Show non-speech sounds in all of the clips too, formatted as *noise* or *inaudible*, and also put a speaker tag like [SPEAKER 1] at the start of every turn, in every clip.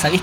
[SPEAKER 1] sabéis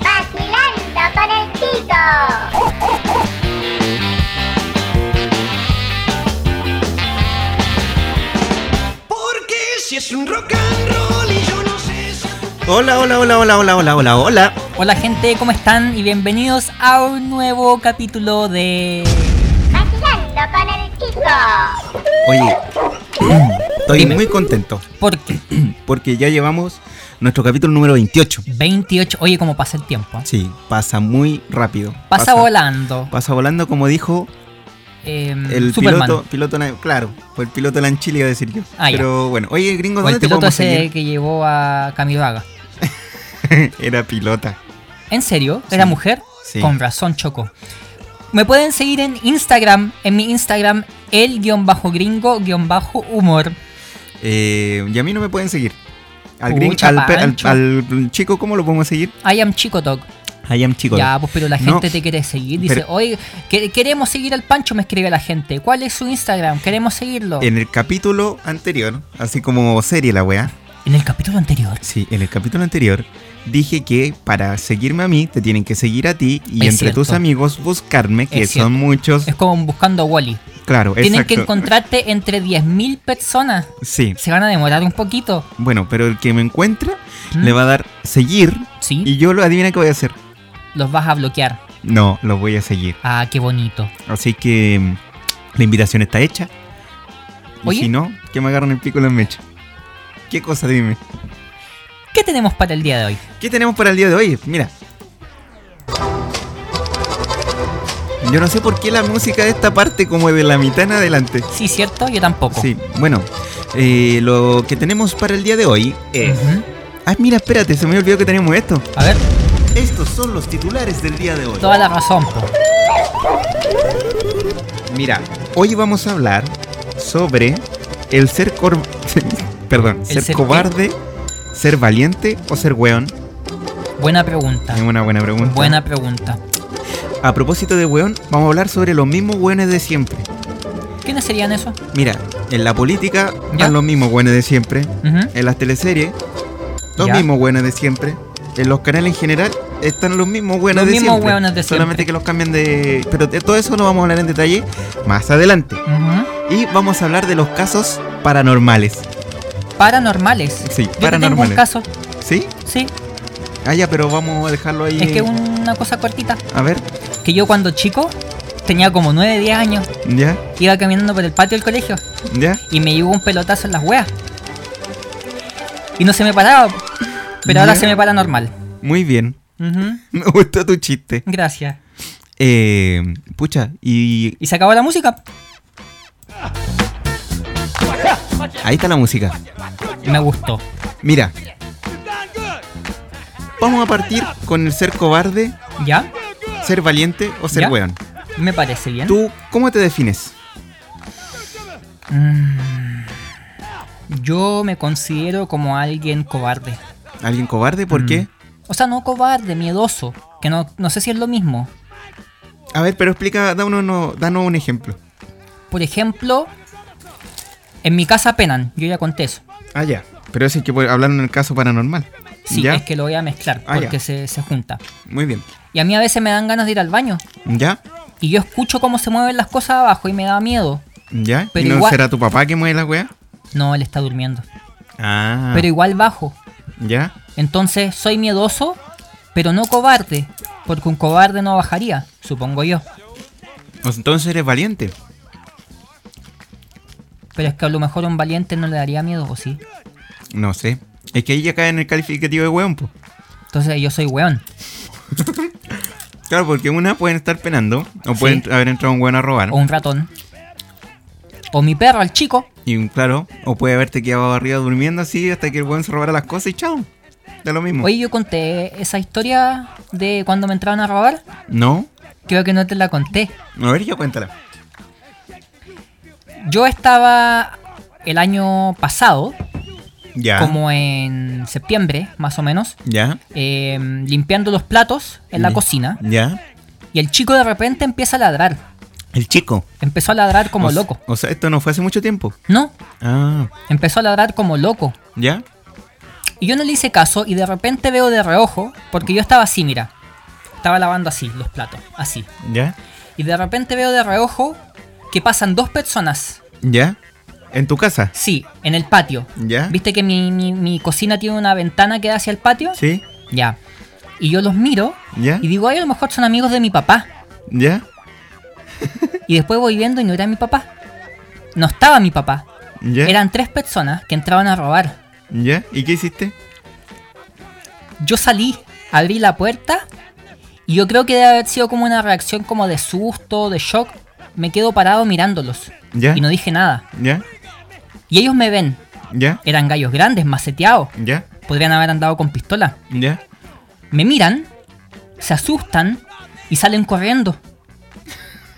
[SPEAKER 2] Vacilando con el chico.
[SPEAKER 3] Porque si es un rock and roll y yo no sé si a tu
[SPEAKER 4] Hola, hola, hola, hola, hola, hola, hola, hola.
[SPEAKER 1] Hola gente, ¿cómo están? Y bienvenidos a un nuevo capítulo de...
[SPEAKER 2] Vacilando con el chico.
[SPEAKER 4] Oye, estoy
[SPEAKER 1] Dime.
[SPEAKER 4] muy contento
[SPEAKER 1] ¿Por qué?
[SPEAKER 4] porque ya llevamos nuestro capítulo número 28.
[SPEAKER 1] 28... Oye, ¿cómo pasa el tiempo?
[SPEAKER 4] Sí, pasa muy rápido.
[SPEAKER 1] Pasa, volando.
[SPEAKER 4] Pasa volando, como dijo
[SPEAKER 1] Eh,
[SPEAKER 4] el
[SPEAKER 1] Superman.
[SPEAKER 4] piloto. piloto na- claro, fue el piloto Lanchili, iba a decir yo.
[SPEAKER 1] Ah, ya.
[SPEAKER 4] Pero bueno, oye, gringo,
[SPEAKER 1] O
[SPEAKER 4] ¿dónde
[SPEAKER 1] el
[SPEAKER 4] te
[SPEAKER 1] piloto
[SPEAKER 4] podemos
[SPEAKER 1] ese
[SPEAKER 4] seguir?
[SPEAKER 1] que llevó a Camivaga.
[SPEAKER 4] *laughs* Era pilota.
[SPEAKER 1] ¿En serio? ¿Era
[SPEAKER 4] Sí.
[SPEAKER 1] mujer?
[SPEAKER 4] Sí.
[SPEAKER 1] Con razón, Choco. Me pueden seguir en Instagram, en mi Instagram, el-gringo-humor.
[SPEAKER 4] Eh, y a mí no me pueden seguir. Al,
[SPEAKER 1] Pucha,
[SPEAKER 4] gringo, al, pe- al-
[SPEAKER 1] Pancho.
[SPEAKER 4] al chico, ¿cómo lo podemos seguir?
[SPEAKER 1] I am Chico Talk.
[SPEAKER 4] I am chico.
[SPEAKER 1] Ya, pues, pero la
[SPEAKER 4] No.
[SPEAKER 1] gente te quiere seguir. Dice,
[SPEAKER 4] Pero-
[SPEAKER 1] oye, que- queremos seguir al Pancho, me escribe la gente. ¿Cuál es su Instagram? Queremos seguirlo.
[SPEAKER 4] En el capítulo anterior, así como serie la weá,
[SPEAKER 1] En el capítulo anterior.
[SPEAKER 4] Sí, en el capítulo anterior dije que para seguirme a mí te tienen que seguir a ti y
[SPEAKER 1] Es
[SPEAKER 4] entre
[SPEAKER 1] cierto.
[SPEAKER 4] tus amigos buscarme, que
[SPEAKER 1] Es
[SPEAKER 4] son muchos.
[SPEAKER 1] Es como buscando a Wally.
[SPEAKER 4] Claro,
[SPEAKER 1] Tienen que
[SPEAKER 4] exacto.
[SPEAKER 1] encontrarte entre 10.000 personas.
[SPEAKER 4] Sí,
[SPEAKER 1] Se van a demorar un poquito.
[SPEAKER 4] bueno, pero el que me encuentra
[SPEAKER 1] ¿Mm?
[SPEAKER 4] le va a dar seguir
[SPEAKER 1] ¿Sí?
[SPEAKER 4] y yo lo adivina qué voy a hacer.
[SPEAKER 1] Los vas a bloquear.
[SPEAKER 4] No, lo voy a seguir.
[SPEAKER 1] Ah, qué bonito.
[SPEAKER 4] Así que mm, la invitación está hecha. Y
[SPEAKER 1] Oye.
[SPEAKER 4] si no, que me agarran el pico en la mecha. ¿Qué cosa dime?
[SPEAKER 1] ¿Qué tenemos para el día de hoy?
[SPEAKER 4] ¿Qué tenemos para el día de hoy? Mira. Yo no sé por qué la música de esta parte como de la mitad en adelante.
[SPEAKER 1] Sí, ¿cierto? Yo tampoco.
[SPEAKER 4] Sí, bueno, eh, lo que tenemos para el día de hoy es...
[SPEAKER 1] Ujú.
[SPEAKER 4] Ah, mira, espérate, se me olvidó que tenemos esto.
[SPEAKER 1] A ver,
[SPEAKER 5] Estos son los titulares del día de hoy.
[SPEAKER 1] toda la razón. po.
[SPEAKER 4] Mira, hoy vamos a hablar sobre el ser cor... *laughs* Perdón, ser,
[SPEAKER 1] ser qué?
[SPEAKER 4] cobarde, ser valiente o ser weón.
[SPEAKER 1] Buena pregunta.
[SPEAKER 4] Es una buena pregunta.
[SPEAKER 1] Ah, Buena pregunta.
[SPEAKER 4] A propósito de weón, vamos a hablar sobre los mismos weones de siempre.
[SPEAKER 1] ¿Quiénes serían eso?
[SPEAKER 4] Mira, en la política
[SPEAKER 1] Ya.
[SPEAKER 4] van los mismos buenos de siempre.
[SPEAKER 1] Ujú.
[SPEAKER 4] En las teleseries, los
[SPEAKER 1] Ya.
[SPEAKER 4] mismos buenos de siempre. En los canales en general están los mismos buenos
[SPEAKER 1] Los
[SPEAKER 4] de
[SPEAKER 1] mismos
[SPEAKER 4] siempre.
[SPEAKER 1] buenos de siempre.
[SPEAKER 4] Solamente que los cambian de. Pero de todo eso lo vamos a hablar en detalle más adelante.
[SPEAKER 1] Ujú.
[SPEAKER 4] Y vamos a hablar de los casos paranormales.
[SPEAKER 1] Paranormales. Yo te
[SPEAKER 4] Sí,
[SPEAKER 1] tengo un
[SPEAKER 4] paranormales.
[SPEAKER 1] caso.
[SPEAKER 4] ¿Sí?
[SPEAKER 1] Sí,
[SPEAKER 4] Ah, ya, pero vamos a dejarlo ahí.
[SPEAKER 1] es que una cosa cortita.
[SPEAKER 4] A ver,
[SPEAKER 1] Que yo cuando chico tenía como 9, 10 años.
[SPEAKER 4] ya,
[SPEAKER 1] Iba caminando por el patio del colegio
[SPEAKER 4] ya.
[SPEAKER 1] y me llegó un pelotazo en las weas. Y no se me paraba. Pero ahora
[SPEAKER 4] Ya.
[SPEAKER 1] se me para normal.
[SPEAKER 4] Muy bien. *laughs*
[SPEAKER 1] Ujú.
[SPEAKER 4] Me gustó tu chiste.
[SPEAKER 1] Gracias.
[SPEAKER 4] Eh, pucha, y
[SPEAKER 1] Y se acabó la música.
[SPEAKER 4] ahí está la música.
[SPEAKER 1] Me gustó.
[SPEAKER 4] Mira. Vamos a partir con el ser cobarde,
[SPEAKER 1] ¿Ya?
[SPEAKER 4] ser valiente o ser
[SPEAKER 1] ¿Ya?
[SPEAKER 4] weón.
[SPEAKER 1] Me parece bien.
[SPEAKER 4] ¿Tú cómo te defines?
[SPEAKER 1] Mm. Yo me considero como alguien cobarde.
[SPEAKER 4] ¿Alguien cobarde?
[SPEAKER 1] Mm.
[SPEAKER 4] ¿Por qué?
[SPEAKER 1] O sea, no cobarde, miedoso. Que no, no sé si es lo mismo.
[SPEAKER 4] A ver, pero explica, da uno- no- danos un ejemplo.
[SPEAKER 1] Por ejemplo, en mi casa penan. Yo ya conté eso.
[SPEAKER 4] Ah, ya. Pero eso hay que hablar en el caso paranormal.
[SPEAKER 1] Sí,
[SPEAKER 4] ¿Ya?
[SPEAKER 1] es que lo voy a mezclar
[SPEAKER 4] Ah, ya.
[SPEAKER 1] porque se, se junta.
[SPEAKER 4] Muy bien.
[SPEAKER 1] Y a mí a veces me dan ganas de ir al baño.
[SPEAKER 4] ¿Ya?
[SPEAKER 1] Y yo escucho cómo se mueven las cosas abajo y me da miedo.
[SPEAKER 4] ¿Ya? ¿Y
[SPEAKER 1] Pero
[SPEAKER 4] ¿No
[SPEAKER 1] igual-
[SPEAKER 4] será tu papá que mueve la weá?
[SPEAKER 1] No, él está durmiendo.
[SPEAKER 4] Ah.
[SPEAKER 1] Pero igual bajo.
[SPEAKER 4] ¿Ya?
[SPEAKER 1] Entonces soy miedoso, pero no cobarde. Porque un cobarde no bajaría, supongo yo.
[SPEAKER 4] Entonces eres valiente.
[SPEAKER 1] Pero es que a lo mejor a un valiente no le daría miedo, ¿o sí?
[SPEAKER 4] No sé. Es que ahí ya cae en el calificativo de hueón, po.
[SPEAKER 1] Entonces yo soy weón.
[SPEAKER 4] Claro, porque una pueden estar penando, o pueden
[SPEAKER 1] Sí.
[SPEAKER 4] haber entrado un hueón a robar.
[SPEAKER 1] O un ratón. O mi perro, al chico.
[SPEAKER 4] Y claro, o puede haberte quedado arriba durmiendo así hasta que el hueón se robara las cosas y chao. Da lo mismo.
[SPEAKER 1] Oye, yo conté esa historia de cuando me entraron a robar.
[SPEAKER 4] No.
[SPEAKER 1] Creo que no te la conté.
[SPEAKER 4] A ver, ya cuéntala.
[SPEAKER 1] Yo estaba el año pasado,
[SPEAKER 4] Ya.
[SPEAKER 1] como en septiembre, más o menos,
[SPEAKER 4] Ya.
[SPEAKER 1] eh, limpiando los platos en la
[SPEAKER 4] Ya.
[SPEAKER 1] cocina.
[SPEAKER 4] Ya.
[SPEAKER 1] Y el chico de repente empieza a ladrar.
[SPEAKER 4] El chico.
[SPEAKER 1] Empezó a ladrar como
[SPEAKER 4] O sea-
[SPEAKER 1] loco.
[SPEAKER 4] O sea, esto no fue hace mucho tiempo.
[SPEAKER 1] No,
[SPEAKER 4] Ah,
[SPEAKER 1] empezó a ladrar como loco.
[SPEAKER 4] ya.
[SPEAKER 1] Y yo no le hice caso y de repente veo de reojo, porque yo estaba así, mira. Estaba lavando así los platos, así.
[SPEAKER 4] Ya.
[SPEAKER 1] Y de repente veo de reojo que pasan dos personas.
[SPEAKER 4] Ya. En tu casa.
[SPEAKER 1] Sí, en el patio.
[SPEAKER 4] Ya.
[SPEAKER 1] ¿Viste que mi, mi- mi cocina tiene una ventana que da hacia el patio?
[SPEAKER 4] Sí.
[SPEAKER 1] Ya. Y yo los miro
[SPEAKER 4] Ya.
[SPEAKER 1] y digo, ay, a lo mejor son amigos de mi papá.
[SPEAKER 4] Ya.
[SPEAKER 1] Y después voy viendo y no era mi papá. No estaba mi papá.
[SPEAKER 4] Ya.
[SPEAKER 1] Eran tres personas que entraban a robar.
[SPEAKER 4] Ya. ¿Y qué hiciste?
[SPEAKER 1] Yo salí, abrí la puerta y yo creo que debe haber sido como una reacción como de susto, de shock. Me quedo parado mirándolos
[SPEAKER 4] Ya.
[SPEAKER 1] y no dije nada.
[SPEAKER 4] Ya.
[SPEAKER 1] Y ellos me ven.
[SPEAKER 4] Ya.
[SPEAKER 1] Eran gallos grandes, maceteados.
[SPEAKER 4] Ya.
[SPEAKER 1] Podrían haber andado con pistola.
[SPEAKER 4] Ya.
[SPEAKER 1] Me miran, se asustan y salen corriendo.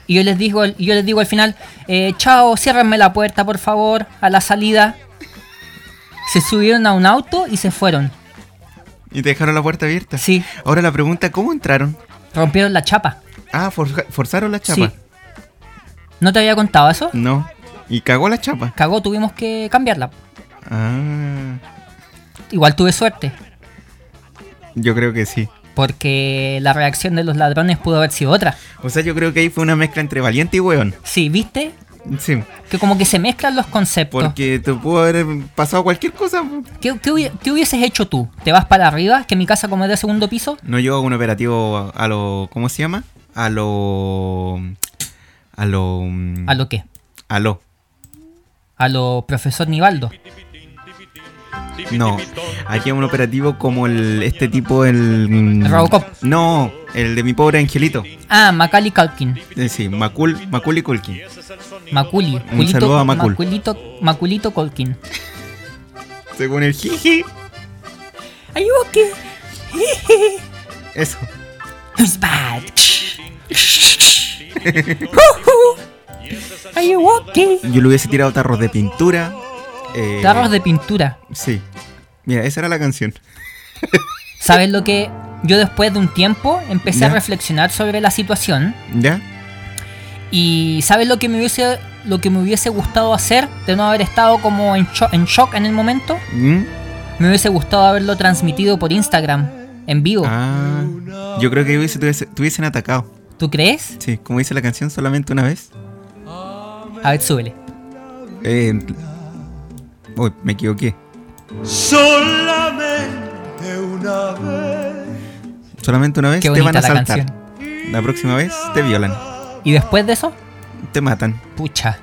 [SPEAKER 1] Y yo les digo, y yo les digo al final, eh, chao, ciérrenme la puerta, por favor, a la salida. Se subieron a un auto y se fueron.
[SPEAKER 4] Y te dejaron la puerta abierta.
[SPEAKER 1] Sí,
[SPEAKER 4] Ahora la pregunta, ¿cómo entraron?
[SPEAKER 1] rompieron la chapa.
[SPEAKER 4] Ah, forja- forzaron la chapa.
[SPEAKER 1] Sí. ¿No te había contado eso?
[SPEAKER 4] No. Y cagó la chapa.
[SPEAKER 1] Cagó, tuvimos que cambiarla.
[SPEAKER 4] Ah,
[SPEAKER 1] Igual tuve suerte,
[SPEAKER 4] yo creo que sí.
[SPEAKER 1] porque la reacción de los ladrones pudo haber sido otra.
[SPEAKER 4] O sea, yo creo que ahí fue una mezcla entre valiente y weón.
[SPEAKER 1] Sí, ¿viste?
[SPEAKER 4] Sí.
[SPEAKER 1] Que como que se mezclan los conceptos.
[SPEAKER 4] Porque te pudo haber pasado cualquier cosa. po.
[SPEAKER 1] ¿Qué, qué hubi- qué hubieses hecho tú? ¿Te vas para arriba? ¿Que mi casa como es de segundo piso?
[SPEAKER 4] No yo hago un operativo a, a lo. ¿Cómo se llama? A lo. A lo.
[SPEAKER 1] ¿A lo qué?
[SPEAKER 4] A lo.
[SPEAKER 1] A lo profesor Nivaldo.
[SPEAKER 4] No. Aquí hago un operativo como el. Este tipo, el.
[SPEAKER 1] Robocop.
[SPEAKER 4] No, el de mi pobre angelito.
[SPEAKER 1] Ah, Macaulay Culkin.
[SPEAKER 4] Eh, Sí, Macul, Macul y Culkin.
[SPEAKER 1] Maculi.
[SPEAKER 4] Un saludo a Macul.
[SPEAKER 1] Maculito, Maculito Culkin.
[SPEAKER 4] Según el jiji.
[SPEAKER 1] Are you okay?
[SPEAKER 4] Eso.
[SPEAKER 1] Who's bad? Are you okay?
[SPEAKER 4] Yo le hubiese tirado tarros de pintura. eh,
[SPEAKER 1] Tarros de pintura.
[SPEAKER 4] Sí. Mira, esa era la canción.
[SPEAKER 1] ¿Sabes lo que? Yo después de un tiempo empecé a
[SPEAKER 4] Ya.
[SPEAKER 1] reflexionar sobre la situación
[SPEAKER 4] ¿Ya?
[SPEAKER 1] y ¿sabes lo que me hubiese lo que me hubiese gustado hacer de no haber estado como en, cho- en shock en el momento?
[SPEAKER 4] ¿Mm?
[SPEAKER 1] Me hubiese gustado haberlo transmitido por Instagram en vivo.
[SPEAKER 4] Ah, yo creo que hubiese, tuviese- te hubiesen atacado.
[SPEAKER 1] ¿Tú crees?
[SPEAKER 4] Sí, como dice la canción, solamente una vez.
[SPEAKER 1] A ver, súbele.
[SPEAKER 4] Eh, uy, me equivoqué.
[SPEAKER 6] Solamente una vez.
[SPEAKER 4] Solamente una vez
[SPEAKER 1] Qué
[SPEAKER 4] te Este van
[SPEAKER 1] bonita
[SPEAKER 4] a
[SPEAKER 1] la
[SPEAKER 4] saltar.
[SPEAKER 1] canción.
[SPEAKER 4] La próxima vez te violan,
[SPEAKER 1] ¿Y después de eso?
[SPEAKER 4] te matan.
[SPEAKER 1] Pucha.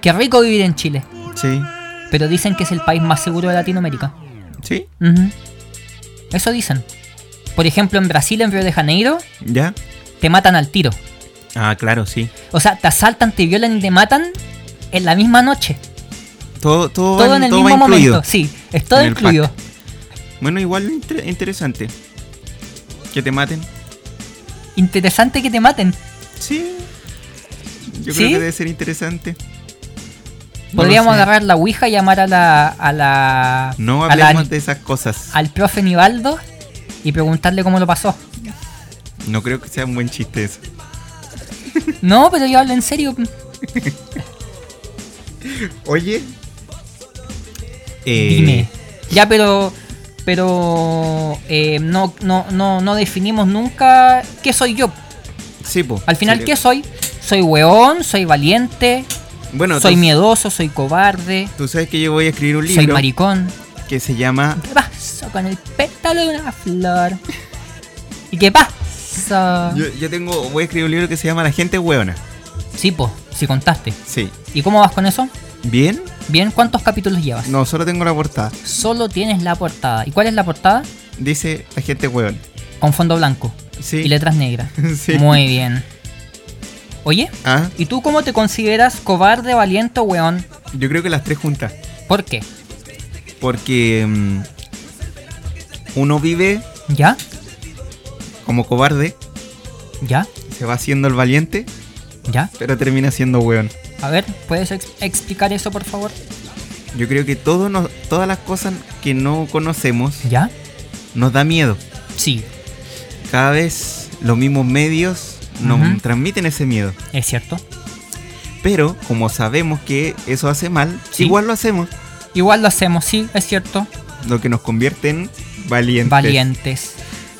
[SPEAKER 1] Qué rico vivir en Chile.
[SPEAKER 4] Sí,
[SPEAKER 1] Pero dicen que es el país más seguro de Latinoamérica.
[SPEAKER 4] sí,
[SPEAKER 1] Ujú. Eso dicen. Por ejemplo, en Brasil, en Río de Janeiro,
[SPEAKER 4] ya.
[SPEAKER 1] te matan al tiro.
[SPEAKER 4] Ah, claro, sí.
[SPEAKER 1] O sea, te asaltan, te violan y te matan en la misma noche.
[SPEAKER 4] Todo, todo,
[SPEAKER 1] Todo
[SPEAKER 4] va-
[SPEAKER 1] en el
[SPEAKER 4] todo va
[SPEAKER 1] mismo
[SPEAKER 4] incluido.
[SPEAKER 1] momento. Sí, es todo
[SPEAKER 4] En el
[SPEAKER 1] incluido.
[SPEAKER 4] Bueno, igual inter- interesante. Que te maten.
[SPEAKER 1] Interesante que te maten.
[SPEAKER 4] Sí. Yo
[SPEAKER 1] ¿Sí?
[SPEAKER 4] creo que debe ser interesante. No lo
[SPEAKER 1] Podríamos
[SPEAKER 4] sé.
[SPEAKER 1] agarrar la Ouija y llamar a la. a la.
[SPEAKER 4] No
[SPEAKER 1] a la-
[SPEAKER 4] hablemos de esas cosas.
[SPEAKER 1] al profe Nivaldo y preguntarle cómo lo
[SPEAKER 4] *laughs*
[SPEAKER 1] pasó.
[SPEAKER 4] No creo que sea un buen chiste eso.
[SPEAKER 1] No, pero yo hablo en serio.
[SPEAKER 4] Oye. Eh.
[SPEAKER 1] Dime. Ya, pero. Pero. eh, no, no, no, no definimos nunca qué soy yo.
[SPEAKER 4] Sí, po.
[SPEAKER 1] Al final,
[SPEAKER 4] Sí,
[SPEAKER 1] ¿qué soy? Soy weón, soy valiente,
[SPEAKER 4] Bueno,
[SPEAKER 1] soy
[SPEAKER 4] tú,
[SPEAKER 1] miedoso, soy cobarde,
[SPEAKER 4] tú sabes que yo voy a escribir un
[SPEAKER 1] soy
[SPEAKER 4] libro
[SPEAKER 1] maricón.
[SPEAKER 4] que se llama
[SPEAKER 1] ¿Qué pasó con el pétalo de una flor? ¿Y qué pasó?
[SPEAKER 4] Yo, yo tengo, voy a escribir un libro que se llama La gente hueona.
[SPEAKER 1] Sí, po, si contaste.
[SPEAKER 4] Sí.
[SPEAKER 1] ¿Y cómo vas con eso?
[SPEAKER 4] ¿Bien?
[SPEAKER 1] Bien, ¿cuántos capítulos llevas?
[SPEAKER 4] No, solo tengo la portada.
[SPEAKER 1] Solo tienes la portada. ¿Y cuál es la portada?
[SPEAKER 4] Dice la gente hueón.
[SPEAKER 1] Con fondo blanco
[SPEAKER 4] Sí.
[SPEAKER 1] y
[SPEAKER 4] *laughs*
[SPEAKER 1] letras negras.
[SPEAKER 4] Sí.
[SPEAKER 1] Muy bien. Oye,
[SPEAKER 4] Ah,
[SPEAKER 1] ¿y tú cómo te consideras cobarde, valiente o weón?
[SPEAKER 4] yo creo que las tres juntas.
[SPEAKER 1] ¿Por qué?
[SPEAKER 4] Porque mm, uno vive
[SPEAKER 1] ¿Ya?
[SPEAKER 4] como cobarde,
[SPEAKER 1] ¿Ya?
[SPEAKER 4] se va haciendo el valiente,
[SPEAKER 1] ¿Ya?
[SPEAKER 4] pero termina siendo hueón.
[SPEAKER 1] A ver, ¿puedes ex- explicar eso, por favor?
[SPEAKER 4] Yo creo que todos nos- todas las cosas que no conocemos
[SPEAKER 1] ¿Ya?
[SPEAKER 4] nos da miedo.
[SPEAKER 1] Sí,
[SPEAKER 4] Cada vez los mismos medios nos
[SPEAKER 1] Ujú.
[SPEAKER 4] transmiten ese miedo.
[SPEAKER 1] es cierto.
[SPEAKER 4] Pero como sabemos que eso hace mal,
[SPEAKER 1] Sí.
[SPEAKER 4] igual lo hacemos.
[SPEAKER 1] Igual lo hacemos, sí, es cierto.
[SPEAKER 4] Lo que nos convierte en valientes.
[SPEAKER 1] Valientes.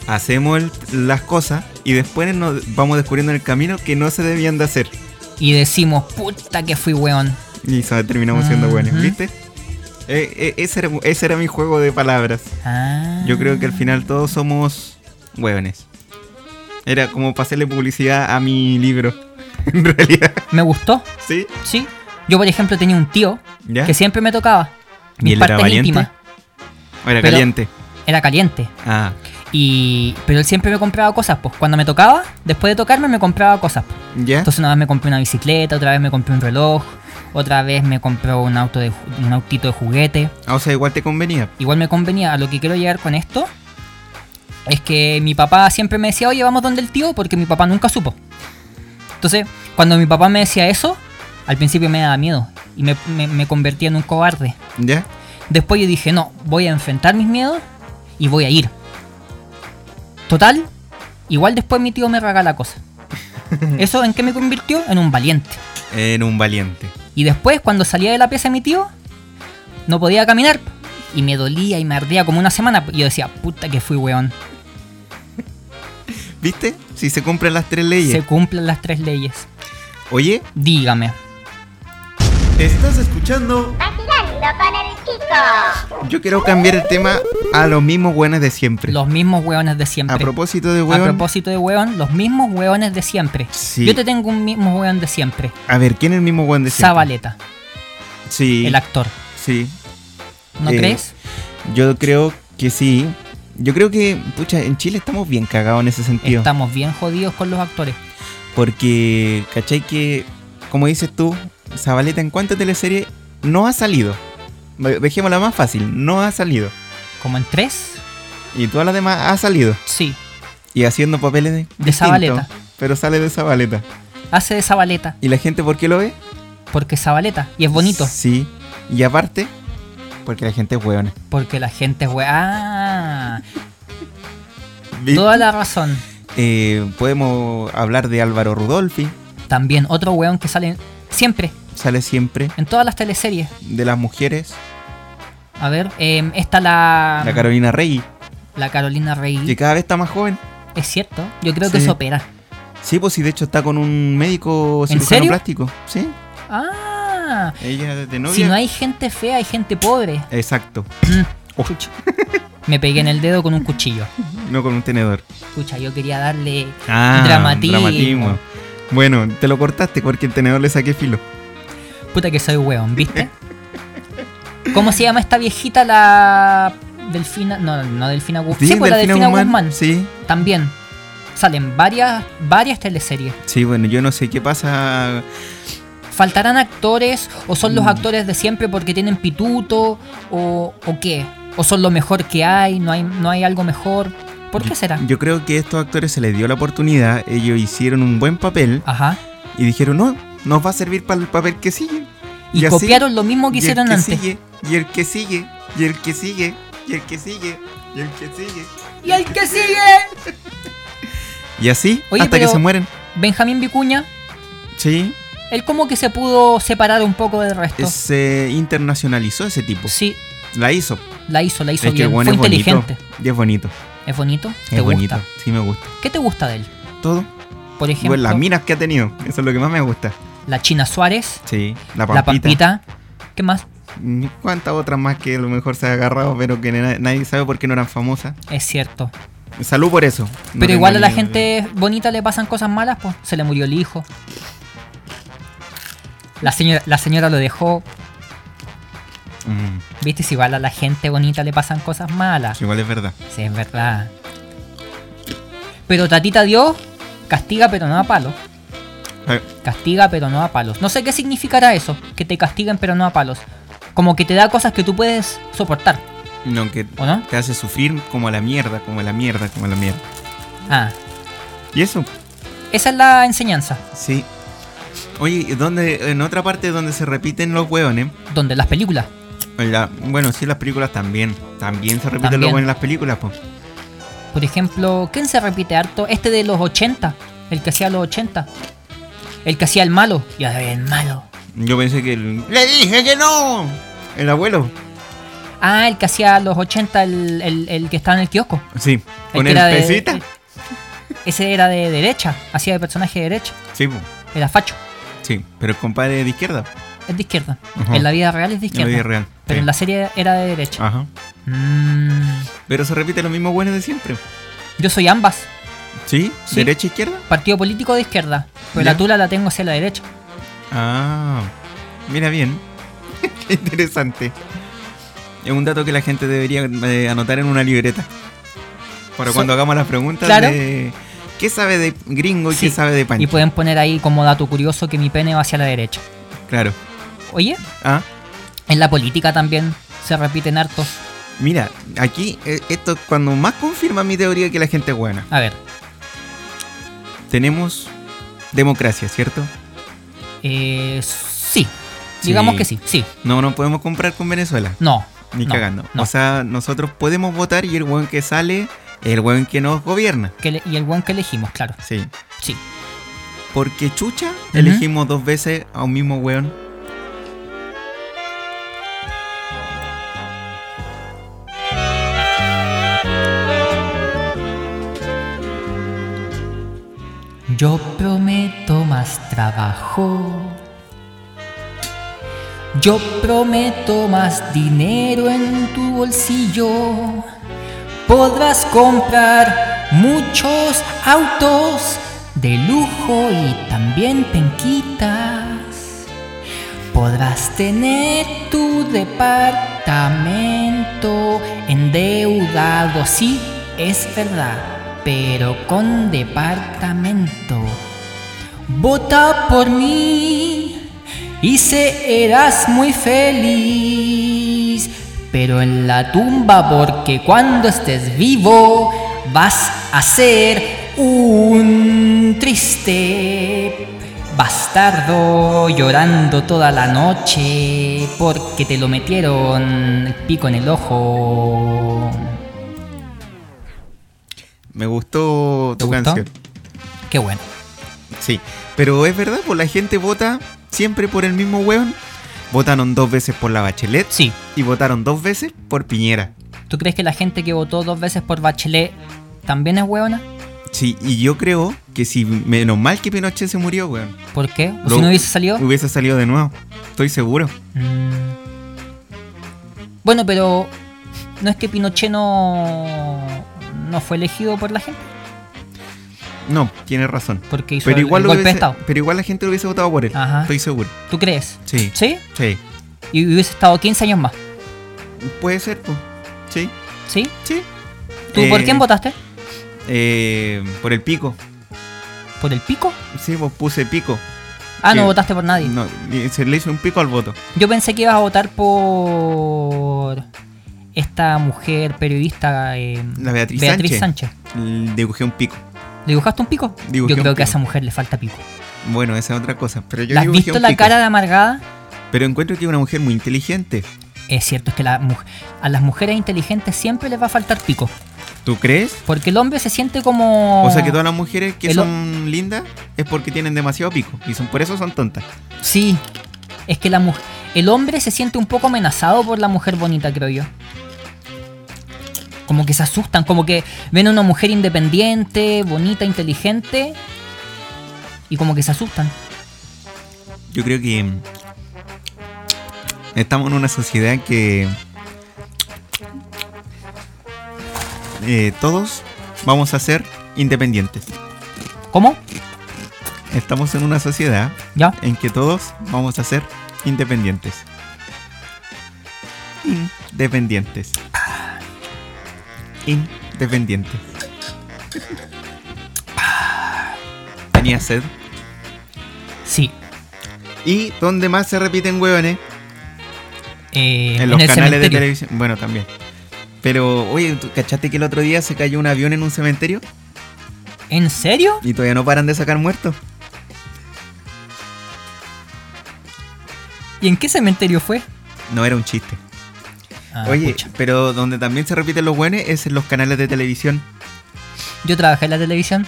[SPEAKER 4] Hacemos el- las cosas y después nos vamos descubriendo en el camino que no se debían de hacer.
[SPEAKER 1] Y decimos, puta que fui weón.
[SPEAKER 4] Y so- terminamos siendo
[SPEAKER 1] Ujú.
[SPEAKER 4] buenos, ¿viste? Eh, eh, ese, era, ese era mi juego de palabras.
[SPEAKER 1] Ah.
[SPEAKER 4] Yo creo que al final todos somos hueones. Era como para hacerle publicidad a mi libro. *laughs* en realidad,
[SPEAKER 1] Me gustó,
[SPEAKER 4] ¿sí?
[SPEAKER 1] sí. Yo, por ejemplo, tenía un tío
[SPEAKER 4] ¿Ya?
[SPEAKER 1] que siempre me tocaba.
[SPEAKER 4] ¿Y
[SPEAKER 1] Mis
[SPEAKER 4] él era
[SPEAKER 1] partes
[SPEAKER 4] valiente?
[SPEAKER 1] íntimas.
[SPEAKER 4] O Era
[SPEAKER 1] pero-
[SPEAKER 4] caliente.
[SPEAKER 1] Era caliente.
[SPEAKER 4] Ah,
[SPEAKER 1] Y, pero él siempre me compraba cosas, pues cuando me tocaba, después de tocarme me compraba cosas. pues.
[SPEAKER 4] ¿ya?
[SPEAKER 1] Entonces una vez me compré una bicicleta, otra vez me compré un reloj, otra vez me compró un auto de ju- un autito de juguete.
[SPEAKER 4] Ah, o sea, igual te convenía.
[SPEAKER 1] Igual me convenía, a lo que quiero llegar con esto es que mi papá siempre me decía, "Oye, vamos donde el tío", porque mi papá nunca supo. Entonces, cuando mi papá me decía eso, al principio me daba miedo y me, me- me convertía en un cobarde.
[SPEAKER 4] ¿Ya?
[SPEAKER 1] Después yo dije, no, voy a enfrentar mis miedos y voy a ir. Total, igual después mi tío me regala cosas. ¿Eso en qué me convirtió? En un valiente.
[SPEAKER 4] Era un valiente.
[SPEAKER 1] Y después, cuando salía de la pieza de mi tío, no podía caminar. Y me dolía y me ardía como una semana. Y yo decía, puta que fui weón.
[SPEAKER 4] ¿Viste? Si se cumplen las tres leyes.
[SPEAKER 1] Se cumplen las tres leyes.
[SPEAKER 4] Oye,
[SPEAKER 1] Dígame.
[SPEAKER 5] Estás escuchando
[SPEAKER 2] Vacilando con el chico.
[SPEAKER 4] yo quiero cambiar el tema a los mismos buenos de siempre.
[SPEAKER 1] Los mismos weones de siempre.
[SPEAKER 4] A propósito de
[SPEAKER 1] A
[SPEAKER 4] hueón.
[SPEAKER 1] propósito de weón, los mismos weones de siempre.
[SPEAKER 4] Sí.
[SPEAKER 1] Yo te tengo un mismo weón de siempre.
[SPEAKER 4] A ver, ¿quién es el mismo hueón de siempre?
[SPEAKER 1] Zabaleta,
[SPEAKER 4] Sí.
[SPEAKER 1] el actor.
[SPEAKER 4] Sí.
[SPEAKER 1] ¿No
[SPEAKER 4] Eh,
[SPEAKER 1] crees?
[SPEAKER 4] Yo creo que sí. Yo creo que, pucha, en Chile estamos bien cagados en ese sentido.
[SPEAKER 1] Estamos bien jodidos con los actores.
[SPEAKER 4] Porque, ¿cachai? Que, como dices tú, Zabaleta en cuántas teleseries no ha salido. Ve- Dejémosla más fácil, no ha salido.
[SPEAKER 1] Como en tres,
[SPEAKER 4] Y todas las demás ha salido.
[SPEAKER 1] sí,
[SPEAKER 4] Y haciendo papeles de, distintos,
[SPEAKER 1] Zabaleta.
[SPEAKER 4] Pero sale de Zabaleta.
[SPEAKER 1] hace de Zabaleta,
[SPEAKER 4] ¿Y la gente por qué lo ve?
[SPEAKER 1] porque es Zabaleta y es bonito,
[SPEAKER 4] Sí. Y aparte, porque la gente es hueona.
[SPEAKER 1] porque la gente es weá. toda la razón.
[SPEAKER 4] Eh, podemos hablar de Álvaro Rudolfi.
[SPEAKER 1] También otro weón que sale siempre,
[SPEAKER 4] Sale siempre
[SPEAKER 1] en todas las teleseries.
[SPEAKER 4] de las mujeres.
[SPEAKER 1] A ver, eh, está la,
[SPEAKER 4] La Carolina Rey,
[SPEAKER 1] la Carolina Rey.
[SPEAKER 4] que cada vez está más joven.
[SPEAKER 1] Es cierto, yo creo que
[SPEAKER 4] Sí.
[SPEAKER 1] eso opera.
[SPEAKER 4] Sí, pues sí, de hecho está con un médico
[SPEAKER 1] ¿En
[SPEAKER 4] cirujano
[SPEAKER 1] serio?
[SPEAKER 4] plástico. Sí.
[SPEAKER 1] Ah,
[SPEAKER 4] Ella de novia.
[SPEAKER 1] si no hay gente fea, hay gente pobre.
[SPEAKER 4] Exacto.
[SPEAKER 1] Mm,
[SPEAKER 4] Oh,
[SPEAKER 1] Me pegué en el dedo con un cuchillo.
[SPEAKER 4] no con un tenedor.
[SPEAKER 1] Escucha, yo quería darle
[SPEAKER 4] Ah,
[SPEAKER 1] Dramatismo.
[SPEAKER 4] Bueno, te lo cortaste porque el tenedor le saqué filo.
[SPEAKER 1] Puta que soy weón, ¿viste? ¿Cómo se llama esta viejita la Delfina? No, no Delfina Guzmán. Sí, pues la Delfina Guzmán.
[SPEAKER 4] Sí,
[SPEAKER 1] También. Salen varias, varias teleseries.
[SPEAKER 4] sí, bueno, yo no sé qué
[SPEAKER 1] Ah.
[SPEAKER 4] pasa.
[SPEAKER 1] ¿Faltarán actores o son
[SPEAKER 4] Mm.
[SPEAKER 1] los actores de siempre porque tienen pituto o, o qué? ¿O son lo mejor que hay? ¿No hay, no hay algo mejor? ¿Por qué será?
[SPEAKER 4] Yo creo que a estos actores se les dio la oportunidad, ellos hicieron un buen papel
[SPEAKER 1] Ajá.
[SPEAKER 4] y dijeron, no, nos va a servir para el papel que sigue.
[SPEAKER 1] Y,
[SPEAKER 4] así,
[SPEAKER 1] copiaron lo mismo que
[SPEAKER 4] y el
[SPEAKER 1] hicieron antes.
[SPEAKER 4] Sigue, y el que sigue, y el que sigue, y el que sigue, y el que sigue.
[SPEAKER 1] ¡Y el que sigue!
[SPEAKER 4] Y así
[SPEAKER 1] Oye,
[SPEAKER 4] hasta
[SPEAKER 1] pero-
[SPEAKER 4] que se mueren.
[SPEAKER 1] Benjamín Vicuña,
[SPEAKER 4] Sí,
[SPEAKER 1] él como que se pudo separar un poco del resto.
[SPEAKER 4] se internacionalizó ese tipo.
[SPEAKER 1] Sí,
[SPEAKER 4] La hizo.
[SPEAKER 1] la hizo, la hizo
[SPEAKER 4] es que
[SPEAKER 1] bien.
[SPEAKER 4] el
[SPEAKER 1] Fue
[SPEAKER 4] buen es bonito.
[SPEAKER 1] inteligente.
[SPEAKER 4] Y es bonito.
[SPEAKER 1] ¿Es bonito? ¿Te
[SPEAKER 4] Es
[SPEAKER 1] gusta?
[SPEAKER 4] bonito. Sí, me gusta.
[SPEAKER 1] ¿Qué te gusta de él?
[SPEAKER 4] Todo.
[SPEAKER 1] Por ejemplo,
[SPEAKER 4] Bueno, las minas que ha tenido. Eso es lo que más me gusta.
[SPEAKER 1] la China Suárez,
[SPEAKER 4] Sí, la
[SPEAKER 1] la
[SPEAKER 4] pampita.
[SPEAKER 1] Pampita. ¿Qué más?
[SPEAKER 4] Mm, ¿Cuántas otras más que a lo mejor se ha agarrado, pero que na- nadie sabe por qué no eran famosas?
[SPEAKER 1] Es cierto.
[SPEAKER 4] Salud por eso. No
[SPEAKER 1] Pero
[SPEAKER 4] tengo
[SPEAKER 1] igual a la
[SPEAKER 4] ni-
[SPEAKER 1] gente bonita le pasan cosas malas, pues. Se le murió el hijo. La señora, la señora lo dejó.
[SPEAKER 4] Mm,
[SPEAKER 1] Viste, si igual a la gente bonita le pasan cosas malas.
[SPEAKER 7] Igual es verdad.
[SPEAKER 1] Sí, es verdad. Pero Tatita Dios castiga pero no a palos.
[SPEAKER 7] Eh.
[SPEAKER 1] Castiga pero no a palos. No sé qué significará eso, que te castiguen pero no a palos. Como que te da cosas que tú puedes soportar,
[SPEAKER 4] No, que
[SPEAKER 1] ¿o no?
[SPEAKER 4] te hace sufrir como a la mierda, como a la mierda, como a la mierda.
[SPEAKER 1] Ah,
[SPEAKER 4] Y eso,
[SPEAKER 1] esa es la enseñanza.
[SPEAKER 4] sí. Oye, ¿y ¿dónde, en otra parte donde se repiten los hueones,
[SPEAKER 1] Donde las películas.
[SPEAKER 4] en la- bueno, sí, en las películas también, también se repiten
[SPEAKER 1] También.
[SPEAKER 4] los hueones en las películas, pues.
[SPEAKER 1] Por ejemplo, ¿quién se repite harto? Este de los 80, el que hacía los 80. El que hacía el malo. Ya, el malo.
[SPEAKER 4] Yo pensé que el... ¡Le dije que no! El abuelo.
[SPEAKER 1] Ah, el que hacía los 80, el, el- el que estaba en el kiosco.
[SPEAKER 4] Sí.
[SPEAKER 1] El
[SPEAKER 4] Con
[SPEAKER 1] que
[SPEAKER 4] el
[SPEAKER 1] era de-
[SPEAKER 4] pesita.
[SPEAKER 1] *laughs* Ese era de derecha, hacía de personaje de derecha.
[SPEAKER 4] Sí, po.
[SPEAKER 1] Era facho.
[SPEAKER 4] sí. Pero el compadre de izquierda.
[SPEAKER 1] Es de izquierda.
[SPEAKER 4] Ajá.
[SPEAKER 1] En la vida real es de
[SPEAKER 4] En la
[SPEAKER 1] izquierda.
[SPEAKER 4] vida real.
[SPEAKER 1] Pero
[SPEAKER 4] Sí. Ah.
[SPEAKER 1] en la serie era de derecha.
[SPEAKER 4] Ajá.
[SPEAKER 1] Mm,
[SPEAKER 4] Pero se repiten los mismos buenos de siempre.
[SPEAKER 1] yo soy ambas.
[SPEAKER 4] ¿Sí?
[SPEAKER 1] Sí.
[SPEAKER 4] ¿Derecha izquierda?
[SPEAKER 1] Partido político de izquierda. Pero
[SPEAKER 4] Ya.
[SPEAKER 1] la tula la tengo hacia la derecha.
[SPEAKER 4] Ah. Mira bien. *laughs* Qué interesante. Es un dato que la gente debería eh, anotar en una libreta. Para
[SPEAKER 1] Sí.
[SPEAKER 4] cuando hagamos las preguntas
[SPEAKER 1] Claro.
[SPEAKER 4] de... ¿Qué sabe de gringo y
[SPEAKER 1] Sí.
[SPEAKER 4] qué sabe de pan?
[SPEAKER 1] Y pues pueden poner ahí como dato curioso que mi pene va hacia la derecha.
[SPEAKER 4] Claro.
[SPEAKER 1] Oye,
[SPEAKER 4] Ah.
[SPEAKER 1] en la política también se repiten hartos.
[SPEAKER 4] Mira, aquí eh, esto es cuando más confirma mi teoría que la gente es buena.
[SPEAKER 1] A ver,
[SPEAKER 4] Tenemos democracia, ¿cierto?
[SPEAKER 1] eh, sí. Digamos
[SPEAKER 4] Sí.
[SPEAKER 1] que sí, sí.
[SPEAKER 4] No, no podemos comprar con Venezuela.
[SPEAKER 1] No.
[SPEAKER 4] Ni
[SPEAKER 1] no,
[SPEAKER 4] cagando.
[SPEAKER 1] no.
[SPEAKER 4] O sea, nosotros podemos votar y el buen que sale es el buen que nos gobierna.
[SPEAKER 1] Que le- y el buen que elegimos, claro.
[SPEAKER 4] Sí.
[SPEAKER 1] Sí.
[SPEAKER 4] Porque chucha, elegimos dos veces a un mismo weón.
[SPEAKER 1] Yo prometo más trabajo. Yo prometo más dinero en tu bolsillo. Podrás comprar muchos autos de lujo y también penquitas. Podrás tener tu departamento endeudado, sí, es verdad, pero con departamento. Vota por mí y serás muy feliz, pero en la tumba porque cuando estés vivo vas a ser un triste bastardo llorando toda la noche porque te lo metieron el pico en el ojo.
[SPEAKER 4] Me gustó
[SPEAKER 1] ¿Te
[SPEAKER 4] tu
[SPEAKER 1] gustó?
[SPEAKER 4] canción.
[SPEAKER 1] Qué bueno.
[SPEAKER 4] Sí. Pero es verdad, pues la gente vota siempre por el mismo weón. Votaron dos veces por la Bachelet
[SPEAKER 1] Sí.
[SPEAKER 4] y votaron dos veces por Piñera.
[SPEAKER 1] ¿Tú crees que la gente que votó dos veces por Bachelet también es hueona?
[SPEAKER 4] Sí, y yo creo que si menos mal que Pinochet se murió, weón.
[SPEAKER 1] ¿Por qué? ¿O
[SPEAKER 4] Lo-
[SPEAKER 1] si no hubiese salido?
[SPEAKER 4] Hubiese salido de nuevo. Estoy seguro.
[SPEAKER 1] Mm. Bueno, pero no es que Pinochet no, no fue elegido por la gente
[SPEAKER 4] No, tienes razón.
[SPEAKER 1] porque hizo
[SPEAKER 4] Pero
[SPEAKER 1] el,
[SPEAKER 4] igual,
[SPEAKER 1] el
[SPEAKER 4] lo
[SPEAKER 1] golpe de
[SPEAKER 4] hubiese-
[SPEAKER 1] Estado.
[SPEAKER 4] pero igual la gente lo hubiese votado por él.
[SPEAKER 1] Ajá.
[SPEAKER 4] Estoy seguro.
[SPEAKER 1] ¿Tú crees?
[SPEAKER 4] Sí.
[SPEAKER 1] ¿Sí?
[SPEAKER 4] Sí.
[SPEAKER 1] Y hubiese estado 15 años más.
[SPEAKER 4] Puede ser, pues. Sí.
[SPEAKER 1] ¿Sí?
[SPEAKER 4] Sí.
[SPEAKER 1] ¿Tú por
[SPEAKER 4] Eh,
[SPEAKER 1] quién votaste?
[SPEAKER 4] Eh, por el pico.
[SPEAKER 1] ¿Por el pico?
[SPEAKER 4] Sí, vos puse pico.
[SPEAKER 1] Ah, no
[SPEAKER 4] Sí.
[SPEAKER 1] votaste por nadie.
[SPEAKER 4] eh, No, y se le hizo un pico al voto.
[SPEAKER 1] Yo pensé que ibas a votar por esta mujer periodista, eh,
[SPEAKER 4] La Beatriz
[SPEAKER 1] Sánchez.
[SPEAKER 4] L- Dibujé un pico.
[SPEAKER 1] ¿Le dibujaste un pico?
[SPEAKER 4] Dibujé
[SPEAKER 1] yo
[SPEAKER 4] un
[SPEAKER 1] creo que a
[SPEAKER 4] pico.
[SPEAKER 1] esa mujer le falta pico.
[SPEAKER 4] Bueno, esa es otra cosa. Pero yo
[SPEAKER 1] ¿La ¿Has
[SPEAKER 4] dibujé
[SPEAKER 1] visto
[SPEAKER 4] un
[SPEAKER 1] la
[SPEAKER 4] pico.
[SPEAKER 1] cara de amargada?
[SPEAKER 4] Pero encuentro que es una mujer muy inteligente.
[SPEAKER 1] Es cierto, es que la mu- a las mujeres inteligentes siempre les va a faltar pico.
[SPEAKER 4] ¿Tú crees?
[SPEAKER 1] Porque el hombre se siente como...
[SPEAKER 4] O sea que todas las mujeres que
[SPEAKER 1] Ah. El o-
[SPEAKER 4] son lindas es porque tienen demasiado pico. Y son por eso son tontas.
[SPEAKER 1] Sí, es que la mu- el hombre se siente un poco amenazado por la mujer bonita, creo yo. Como que se asustan, como que ven a una mujer independiente, bonita, inteligente, y como que se asustan.
[SPEAKER 4] Yo creo que mm, estamos en una sociedad que eh, todos vamos a ser independientes.
[SPEAKER 1] ¿Cómo?
[SPEAKER 4] estamos en una sociedad
[SPEAKER 1] ¿Ya?
[SPEAKER 4] en que todos vamos a ser independientes. Independientes. Independientes. Tenía sed.
[SPEAKER 1] Sí.
[SPEAKER 4] ¿Y dónde más se repiten hueones?
[SPEAKER 1] Eh,
[SPEAKER 4] En los
[SPEAKER 1] el
[SPEAKER 4] canales de
[SPEAKER 1] cementerio.
[SPEAKER 4] televisión. Bueno, también. Pero, oye, ¿tú ¿cachaste que el otro día se cayó un avión en un cementerio?
[SPEAKER 1] ¿En serio?
[SPEAKER 4] Y todavía no paran de sacar muertos.
[SPEAKER 1] ¿Y en qué cementerio fue?
[SPEAKER 4] No era un chiste.
[SPEAKER 1] Ah,
[SPEAKER 4] Oye,
[SPEAKER 1] pucha.
[SPEAKER 4] pero donde también se repiten los hueones es en los canales de televisión.
[SPEAKER 1] yo trabajé en la televisión,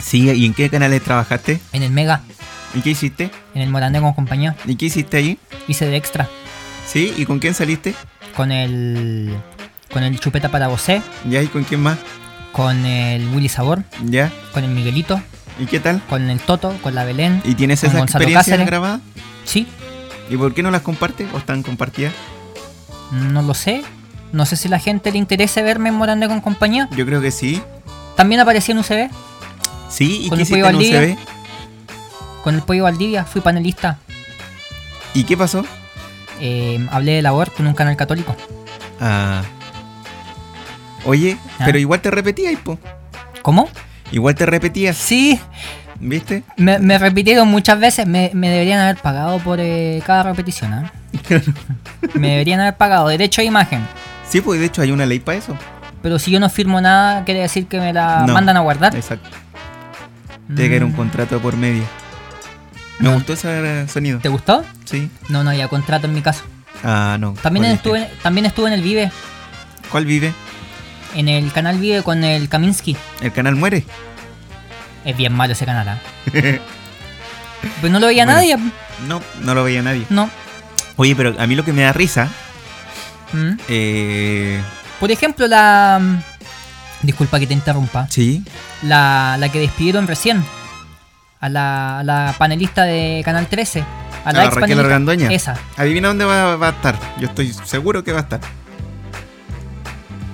[SPEAKER 4] Sí, ¿y en qué canales trabajaste?
[SPEAKER 1] en el Mega,
[SPEAKER 4] ¿Y qué hiciste?
[SPEAKER 1] en el Morandé con compañía.
[SPEAKER 4] ¿Y qué hiciste allí?
[SPEAKER 1] Hice de extra
[SPEAKER 4] ¿Sí? ¿Y con quién saliste?
[SPEAKER 1] con el. con el Chupeta para Bosé,
[SPEAKER 4] ¿Ya? ¿Y con quién más?
[SPEAKER 1] con el Willy Sabor,
[SPEAKER 4] ¿Ya?
[SPEAKER 1] con el Miguelito,
[SPEAKER 4] ¿Y qué tal?
[SPEAKER 1] con el Toto, con la Belén.
[SPEAKER 4] ¿Y tienes
[SPEAKER 1] Con
[SPEAKER 4] esa
[SPEAKER 1] Gonzalo
[SPEAKER 4] experiencia
[SPEAKER 1] Cáceres.
[SPEAKER 4] grabada?
[SPEAKER 1] Sí,
[SPEAKER 4] ¿Y por qué no las compartes o están compartidas?
[SPEAKER 1] no lo sé. No sé si la gente le interese verme en Morandé con compañía.
[SPEAKER 4] Yo creo que sí.
[SPEAKER 1] También aparecí en UCB,
[SPEAKER 4] ¿Sí? ¿Y
[SPEAKER 1] Con el
[SPEAKER 4] qué hiciste
[SPEAKER 1] Pollo
[SPEAKER 4] en
[SPEAKER 1] Valdivia.
[SPEAKER 4] UCB?
[SPEAKER 1] con el Pollo Valdivia, fui panelista.
[SPEAKER 4] ¿Y qué pasó?
[SPEAKER 1] eh, hablé del aborto en un canal católico.
[SPEAKER 4] Ah. Oye,
[SPEAKER 1] Ah.
[SPEAKER 4] pero igual te repetías, po.
[SPEAKER 1] ¿Cómo?
[SPEAKER 4] Igual te repetías,
[SPEAKER 1] Sí,
[SPEAKER 4] ¿viste?
[SPEAKER 1] me, me repitieron muchas veces. Me, me deberían haber pagado por eh, cada repetición. ¿ah? me deberían haber pagado derecho a imagen.
[SPEAKER 4] Sí, pues de hecho hay una ley para eso.
[SPEAKER 1] Pero si yo no firmo nada, quiere decir que me la
[SPEAKER 4] No.
[SPEAKER 1] mandan a guardar. Mm.
[SPEAKER 4] Exacto. Tiene que haber un contrato por medio. Me
[SPEAKER 1] No.
[SPEAKER 4] gustó ese eh, sonido.
[SPEAKER 1] Ah. ¿Te gustó?
[SPEAKER 4] Sí.
[SPEAKER 1] No, no había contrato en mi caso.
[SPEAKER 4] Ah, no.
[SPEAKER 1] También
[SPEAKER 4] ¿Cuál
[SPEAKER 1] estuve, también estuve en el Vive,
[SPEAKER 4] viste? ¿Cuál vive?
[SPEAKER 1] en el canal Vive con el Kaminsky.
[SPEAKER 4] El canal muere.
[SPEAKER 1] Es bien malo ese canal. ¿ah?
[SPEAKER 4] *laughs*
[SPEAKER 1] pues no lo veía
[SPEAKER 4] Bueno.
[SPEAKER 1] nadie.
[SPEAKER 4] No, no lo veía nadie.
[SPEAKER 1] No.
[SPEAKER 4] Oye, pero a mí lo que me da risa.
[SPEAKER 1] Mm.
[SPEAKER 4] Eh,
[SPEAKER 1] Por ejemplo, la... mm, Disculpa que te interrumpa.
[SPEAKER 4] sí.
[SPEAKER 1] La, la que despidieron recién. A la, a la panelista de Canal 13. A la
[SPEAKER 4] Ah,
[SPEAKER 1] ex
[SPEAKER 4] Raquel
[SPEAKER 1] panelista.
[SPEAKER 4] Argandoña.
[SPEAKER 1] Esa.
[SPEAKER 4] Adivina dónde va, va a estar. Yo estoy seguro que va a estar.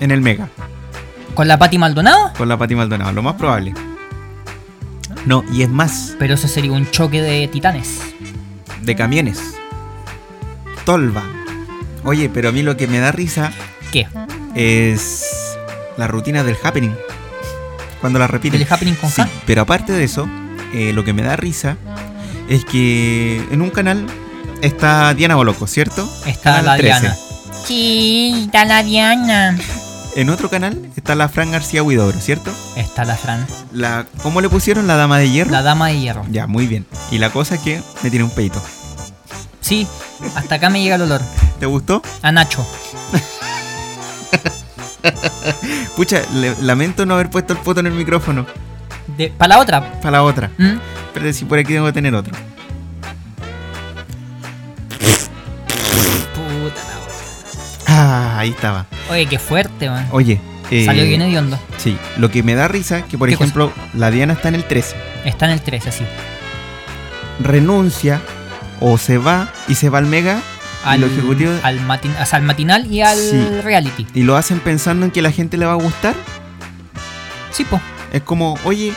[SPEAKER 4] En el Mega.
[SPEAKER 1] Con la Pati Maldonado.
[SPEAKER 4] Con la Pati Maldonado. Lo más probable. No, y es más.
[SPEAKER 1] Pero eso sería un choque de titanes.
[SPEAKER 4] de camiones. Tolva. Oye, pero a mí lo que me da risa
[SPEAKER 1] ¿Qué?
[SPEAKER 4] es la rutina del happening. Cuando la repiten.
[SPEAKER 1] ¿El happening con
[SPEAKER 4] Sí,
[SPEAKER 1] K?
[SPEAKER 4] pero aparte de eso, eh, lo que me da risa es que en un canal está Diana Boloco, ¿cierto?
[SPEAKER 1] Está
[SPEAKER 4] Canal
[SPEAKER 1] la
[SPEAKER 4] 13.
[SPEAKER 1] Diana. Sí, está la Diana.
[SPEAKER 4] En otro canal está la Fran García Huidobro, ¿cierto?
[SPEAKER 1] Está la Fran.
[SPEAKER 4] La, ¿Cómo le pusieron la dama de hierro?
[SPEAKER 1] La dama de hierro.
[SPEAKER 4] Ya, muy bien. Y la cosa es que me tiene un peito.
[SPEAKER 1] Sí, hasta acá me llega el olor.
[SPEAKER 4] ¿Te gustó?
[SPEAKER 1] A Nacho.
[SPEAKER 4] Pucha, le- lamento no haber puesto el foto en el micrófono.
[SPEAKER 1] De, para la otra.
[SPEAKER 4] Para la otra.
[SPEAKER 1] ¿Mm?
[SPEAKER 4] Pero si por aquí tengo que tener otro.
[SPEAKER 1] Puta la wea.
[SPEAKER 4] Ah, ahí estaba.
[SPEAKER 1] Oye, qué fuerte, man.
[SPEAKER 4] Oye. eh,
[SPEAKER 1] Salió bien hediondo.
[SPEAKER 4] Sí, lo que me da risa es que, por
[SPEAKER 1] ¿Qué
[SPEAKER 4] ejemplo, la Diana está en el 13.
[SPEAKER 1] Está en el 13, así.
[SPEAKER 4] Renuncia o se va y se va al Mega
[SPEAKER 1] Al,
[SPEAKER 4] lo ejecutivo-
[SPEAKER 1] al, matin- o sea, al matinal y al
[SPEAKER 4] Sí.
[SPEAKER 1] reality.
[SPEAKER 4] y lo hacen pensando en que la gente le va a gustar.
[SPEAKER 1] Sí, po.
[SPEAKER 4] Es como, oye,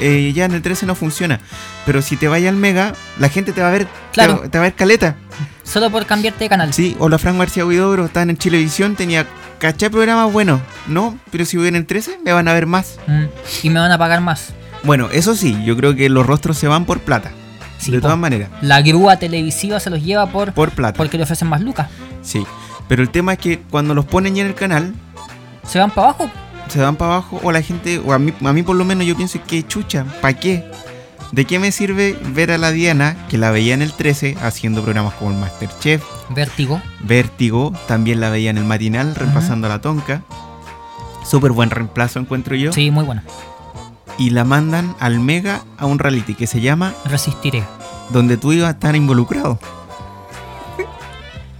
[SPEAKER 4] eh, ya en el 13 no funciona. Pero si te vayas al Mega, la gente te va a ver. te
[SPEAKER 1] Claro.
[SPEAKER 4] va- Te, va a ver caleta.
[SPEAKER 1] Solo por cambiarte de canal.
[SPEAKER 4] Sí, o la Fran García Huidobro está en Chilevisión, tenía caché programas buenos. No, pero si voy en el 13, me van a ver más.
[SPEAKER 1] Mm, Y me van a pagar más.
[SPEAKER 4] Bueno, eso sí, yo creo que los rostros se van por plata.
[SPEAKER 1] Sí,
[SPEAKER 4] de
[SPEAKER 1] po.
[SPEAKER 4] todas maneras,
[SPEAKER 1] La grúa televisiva se los lleva por
[SPEAKER 4] por plata.
[SPEAKER 1] porque le ofrecen más lucas.
[SPEAKER 4] Sí. Pero el tema es que cuando los ponen ya en el canal,
[SPEAKER 1] Se van para abajo.
[SPEAKER 4] se van para abajo o la gente, o a mí, a mí por lo menos yo pienso que chucha, ¿para qué? ¿De qué me sirve ver a la Diana, que la veía en el 13, haciendo programas como el Masterchef,
[SPEAKER 1] Vértigo.
[SPEAKER 4] Vértigo, también la veía en el matinal, reemplazando a la Tonka? Súper buen reemplazo encuentro yo.
[SPEAKER 1] Sí, muy bueno.
[SPEAKER 4] Y la mandan al Mega a un reality que se llama
[SPEAKER 1] Resistiré.
[SPEAKER 4] Donde tú ibas a estar involucrado.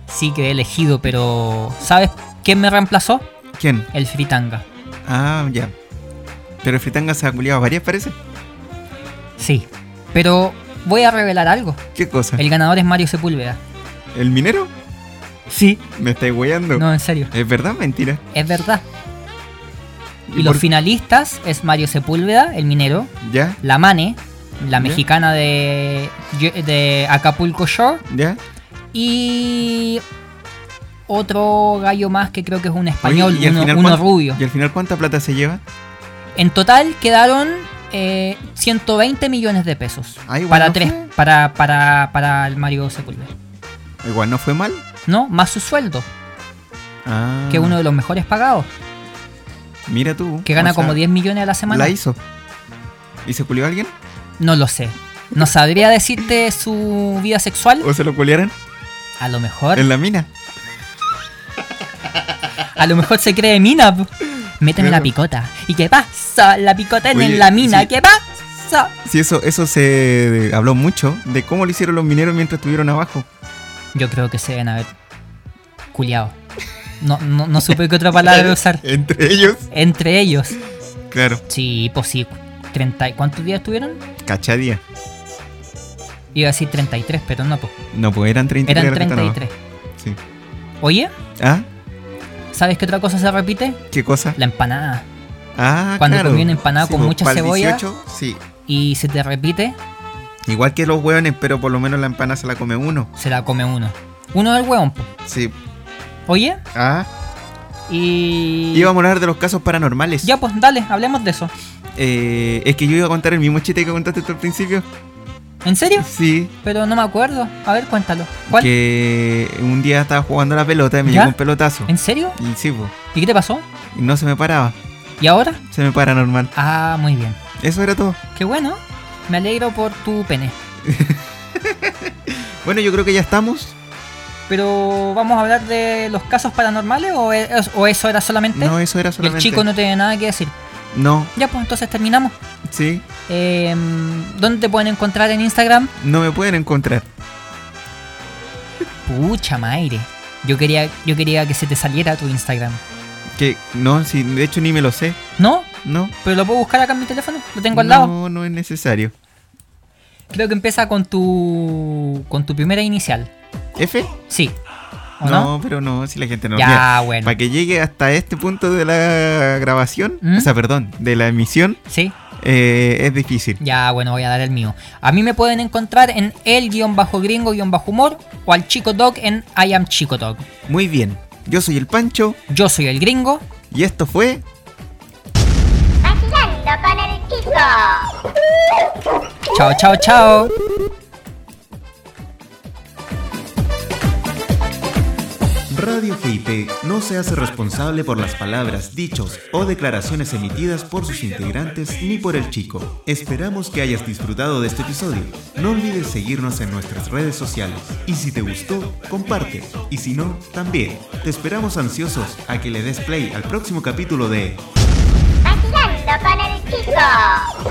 [SPEAKER 1] Sí que he elegido, pero ¿sabes quién me reemplazó?
[SPEAKER 4] ¿Quién?
[SPEAKER 1] El fritanga.
[SPEAKER 4] Ah, ya. Pero Fritanga se ha culiado varias, parece.
[SPEAKER 1] Sí. Pero voy a revelar algo.
[SPEAKER 4] ¿Qué cosa?
[SPEAKER 1] El ganador es Mario Sepúlveda.
[SPEAKER 4] ¿El minero?
[SPEAKER 1] Sí.
[SPEAKER 4] Me estáis weyando.
[SPEAKER 1] No, en serio.
[SPEAKER 4] ¿Es verdad o mentira?
[SPEAKER 1] Es verdad. Y,
[SPEAKER 4] ¿Y
[SPEAKER 1] los
[SPEAKER 4] por-
[SPEAKER 1] finalistas es Mario Sepúlveda, el minero,
[SPEAKER 4] ¿Ya?
[SPEAKER 1] La Mane, la mexicana de, de Acapulco Shore
[SPEAKER 4] ¿Ya?
[SPEAKER 1] y otro gallo más que creo que es un español,
[SPEAKER 4] Oye, ¿y al
[SPEAKER 1] uno,
[SPEAKER 4] final
[SPEAKER 1] uno
[SPEAKER 4] cuán-
[SPEAKER 1] rubio.
[SPEAKER 4] ¿Y al final cuánta plata se lleva?
[SPEAKER 1] En total quedaron eh, 120 millones de pesos
[SPEAKER 4] Ah, igual
[SPEAKER 1] para
[SPEAKER 4] no
[SPEAKER 1] tres,
[SPEAKER 4] fue.
[SPEAKER 1] para, para, para el Mario Sepúlveda.
[SPEAKER 4] Igual no fue mal.
[SPEAKER 1] ¿No? Más su sueldo,
[SPEAKER 4] Ah,
[SPEAKER 1] que es uno de los mejores pagados,
[SPEAKER 4] Mira tú.
[SPEAKER 1] que gana
[SPEAKER 4] o sea,
[SPEAKER 1] como 10 millones a la semana.
[SPEAKER 4] La hizo. ¿Y se culió a alguien?
[SPEAKER 1] No lo sé. No sabría decirte su vida sexual.
[SPEAKER 4] ¿O se lo culiaron?
[SPEAKER 1] A lo mejor.
[SPEAKER 4] En la mina.
[SPEAKER 1] A lo mejor se cree mina. po. Méteme
[SPEAKER 4] Claro.
[SPEAKER 1] la picota. ¿Y qué pasa? La picota en
[SPEAKER 4] Oye,
[SPEAKER 1] la mina.
[SPEAKER 4] sí.
[SPEAKER 1] ¿Qué pasa?
[SPEAKER 4] Sí, eso, eso se habló mucho de cómo lo hicieron los mineros mientras estuvieron abajo.
[SPEAKER 1] Yo creo que se deben haber culiado. No, no, no supe qué otra
[SPEAKER 4] *laughs*
[SPEAKER 1] palabra usar.
[SPEAKER 4] Entre ellos.
[SPEAKER 1] Entre ellos.
[SPEAKER 4] Claro.
[SPEAKER 1] Sí, pues sí. 30, y- ¿Cuántos días tuvieron?
[SPEAKER 4] Cachadía.
[SPEAKER 1] Iba a decir 33, pero no, pues.
[SPEAKER 4] No, pues eran 33.
[SPEAKER 1] Eran
[SPEAKER 4] de repente, no.
[SPEAKER 1] 33.
[SPEAKER 4] Sí.
[SPEAKER 1] Oye,
[SPEAKER 4] Ah,
[SPEAKER 1] ¿sabes qué otra cosa se repite?
[SPEAKER 4] ¿qué cosa?
[SPEAKER 1] La empanada.
[SPEAKER 4] Ah,
[SPEAKER 1] Cuando
[SPEAKER 4] claro.
[SPEAKER 1] comí una empanada con
[SPEAKER 4] pues,
[SPEAKER 1] mucha
[SPEAKER 4] pa'l
[SPEAKER 1] cebolla.
[SPEAKER 4] 18, sí.
[SPEAKER 1] Y se te repite,
[SPEAKER 4] Igual que los hueones, pero por lo menos la empanada se la come uno.
[SPEAKER 1] se la come uno. Uno del hueón, po.
[SPEAKER 4] Sí.
[SPEAKER 1] Oye,
[SPEAKER 4] Ah,
[SPEAKER 1] y.
[SPEAKER 4] íbamos a hablar de los casos paranormales.
[SPEAKER 1] Ya, pues dale, hablemos de eso.
[SPEAKER 4] Eh, es que yo iba a contar el mismo chiste que contaste tú al principio.
[SPEAKER 1] ¿En serio?
[SPEAKER 4] Sí.
[SPEAKER 1] Pero no me acuerdo. A ver, cuéntalo. ¿Cuál?
[SPEAKER 4] Que un día estaba jugando a la pelota y me
[SPEAKER 1] ¿Ya?
[SPEAKER 4] llegó un pelotazo.
[SPEAKER 1] ¿En serio?
[SPEAKER 4] Y sí, po,
[SPEAKER 1] ¿Y qué te pasó?
[SPEAKER 4] y no se me paraba.
[SPEAKER 1] ¿Y ahora?
[SPEAKER 4] Se me para normal.
[SPEAKER 1] Ah, muy bien.
[SPEAKER 4] Eso era todo.
[SPEAKER 1] Qué bueno. Me alegro por tu pene.
[SPEAKER 4] Bueno, yo creo que ya estamos.
[SPEAKER 1] Pero, ¿vamos a hablar de los casos paranormales o, es- o eso era solamente?
[SPEAKER 4] No, eso era solamente.
[SPEAKER 1] El chico no tiene nada que decir.
[SPEAKER 4] No,
[SPEAKER 1] Ya, pues entonces terminamos.
[SPEAKER 4] sí.
[SPEAKER 1] Eh, ¿Dónde te pueden encontrar en Instagram?
[SPEAKER 4] No me pueden encontrar.
[SPEAKER 1] Pucha madre. Yo quería, yo quería que se te saliera tu Instagram.
[SPEAKER 4] Que no, sí, de hecho ni me lo sé.
[SPEAKER 1] ¿No?
[SPEAKER 4] No.
[SPEAKER 1] ¿Pero lo puedo buscar acá en mi teléfono? ¿Lo tengo al lado?
[SPEAKER 4] No, no es necesario.
[SPEAKER 1] Creo que empieza con tu con tu primera inicial.
[SPEAKER 4] ¿F?
[SPEAKER 1] Sí. ¿O no?
[SPEAKER 4] No, pero no, si la gente no. mira,
[SPEAKER 1] ya, bueno.
[SPEAKER 4] Para que llegue hasta este punto de la grabación,
[SPEAKER 1] ¿Mm?
[SPEAKER 4] o sea, perdón, de la emisión,
[SPEAKER 1] Sí.
[SPEAKER 4] eh, es difícil.
[SPEAKER 1] Ya, bueno, voy a dar el mío. A mí me pueden encontrar en el-gringo-humor o al chico dog en I am chico dog.
[SPEAKER 4] Muy bien, yo soy el Pancho
[SPEAKER 1] Yo soy el gringo.
[SPEAKER 4] y esto fue
[SPEAKER 2] Vacilando con el chico.
[SPEAKER 1] Chao, chao, chao.
[SPEAKER 5] Radio FIP no se hace responsable por las palabras, dichos o declaraciones emitidas por sus integrantes ni por el chico. Esperamos que hayas disfrutado de este episodio. No olvides seguirnos en nuestras redes sociales. Y si te gustó, comparte. Y si no, también. Te esperamos ansiosos a que le des play al próximo capítulo de
[SPEAKER 2] Vacilando con el chico.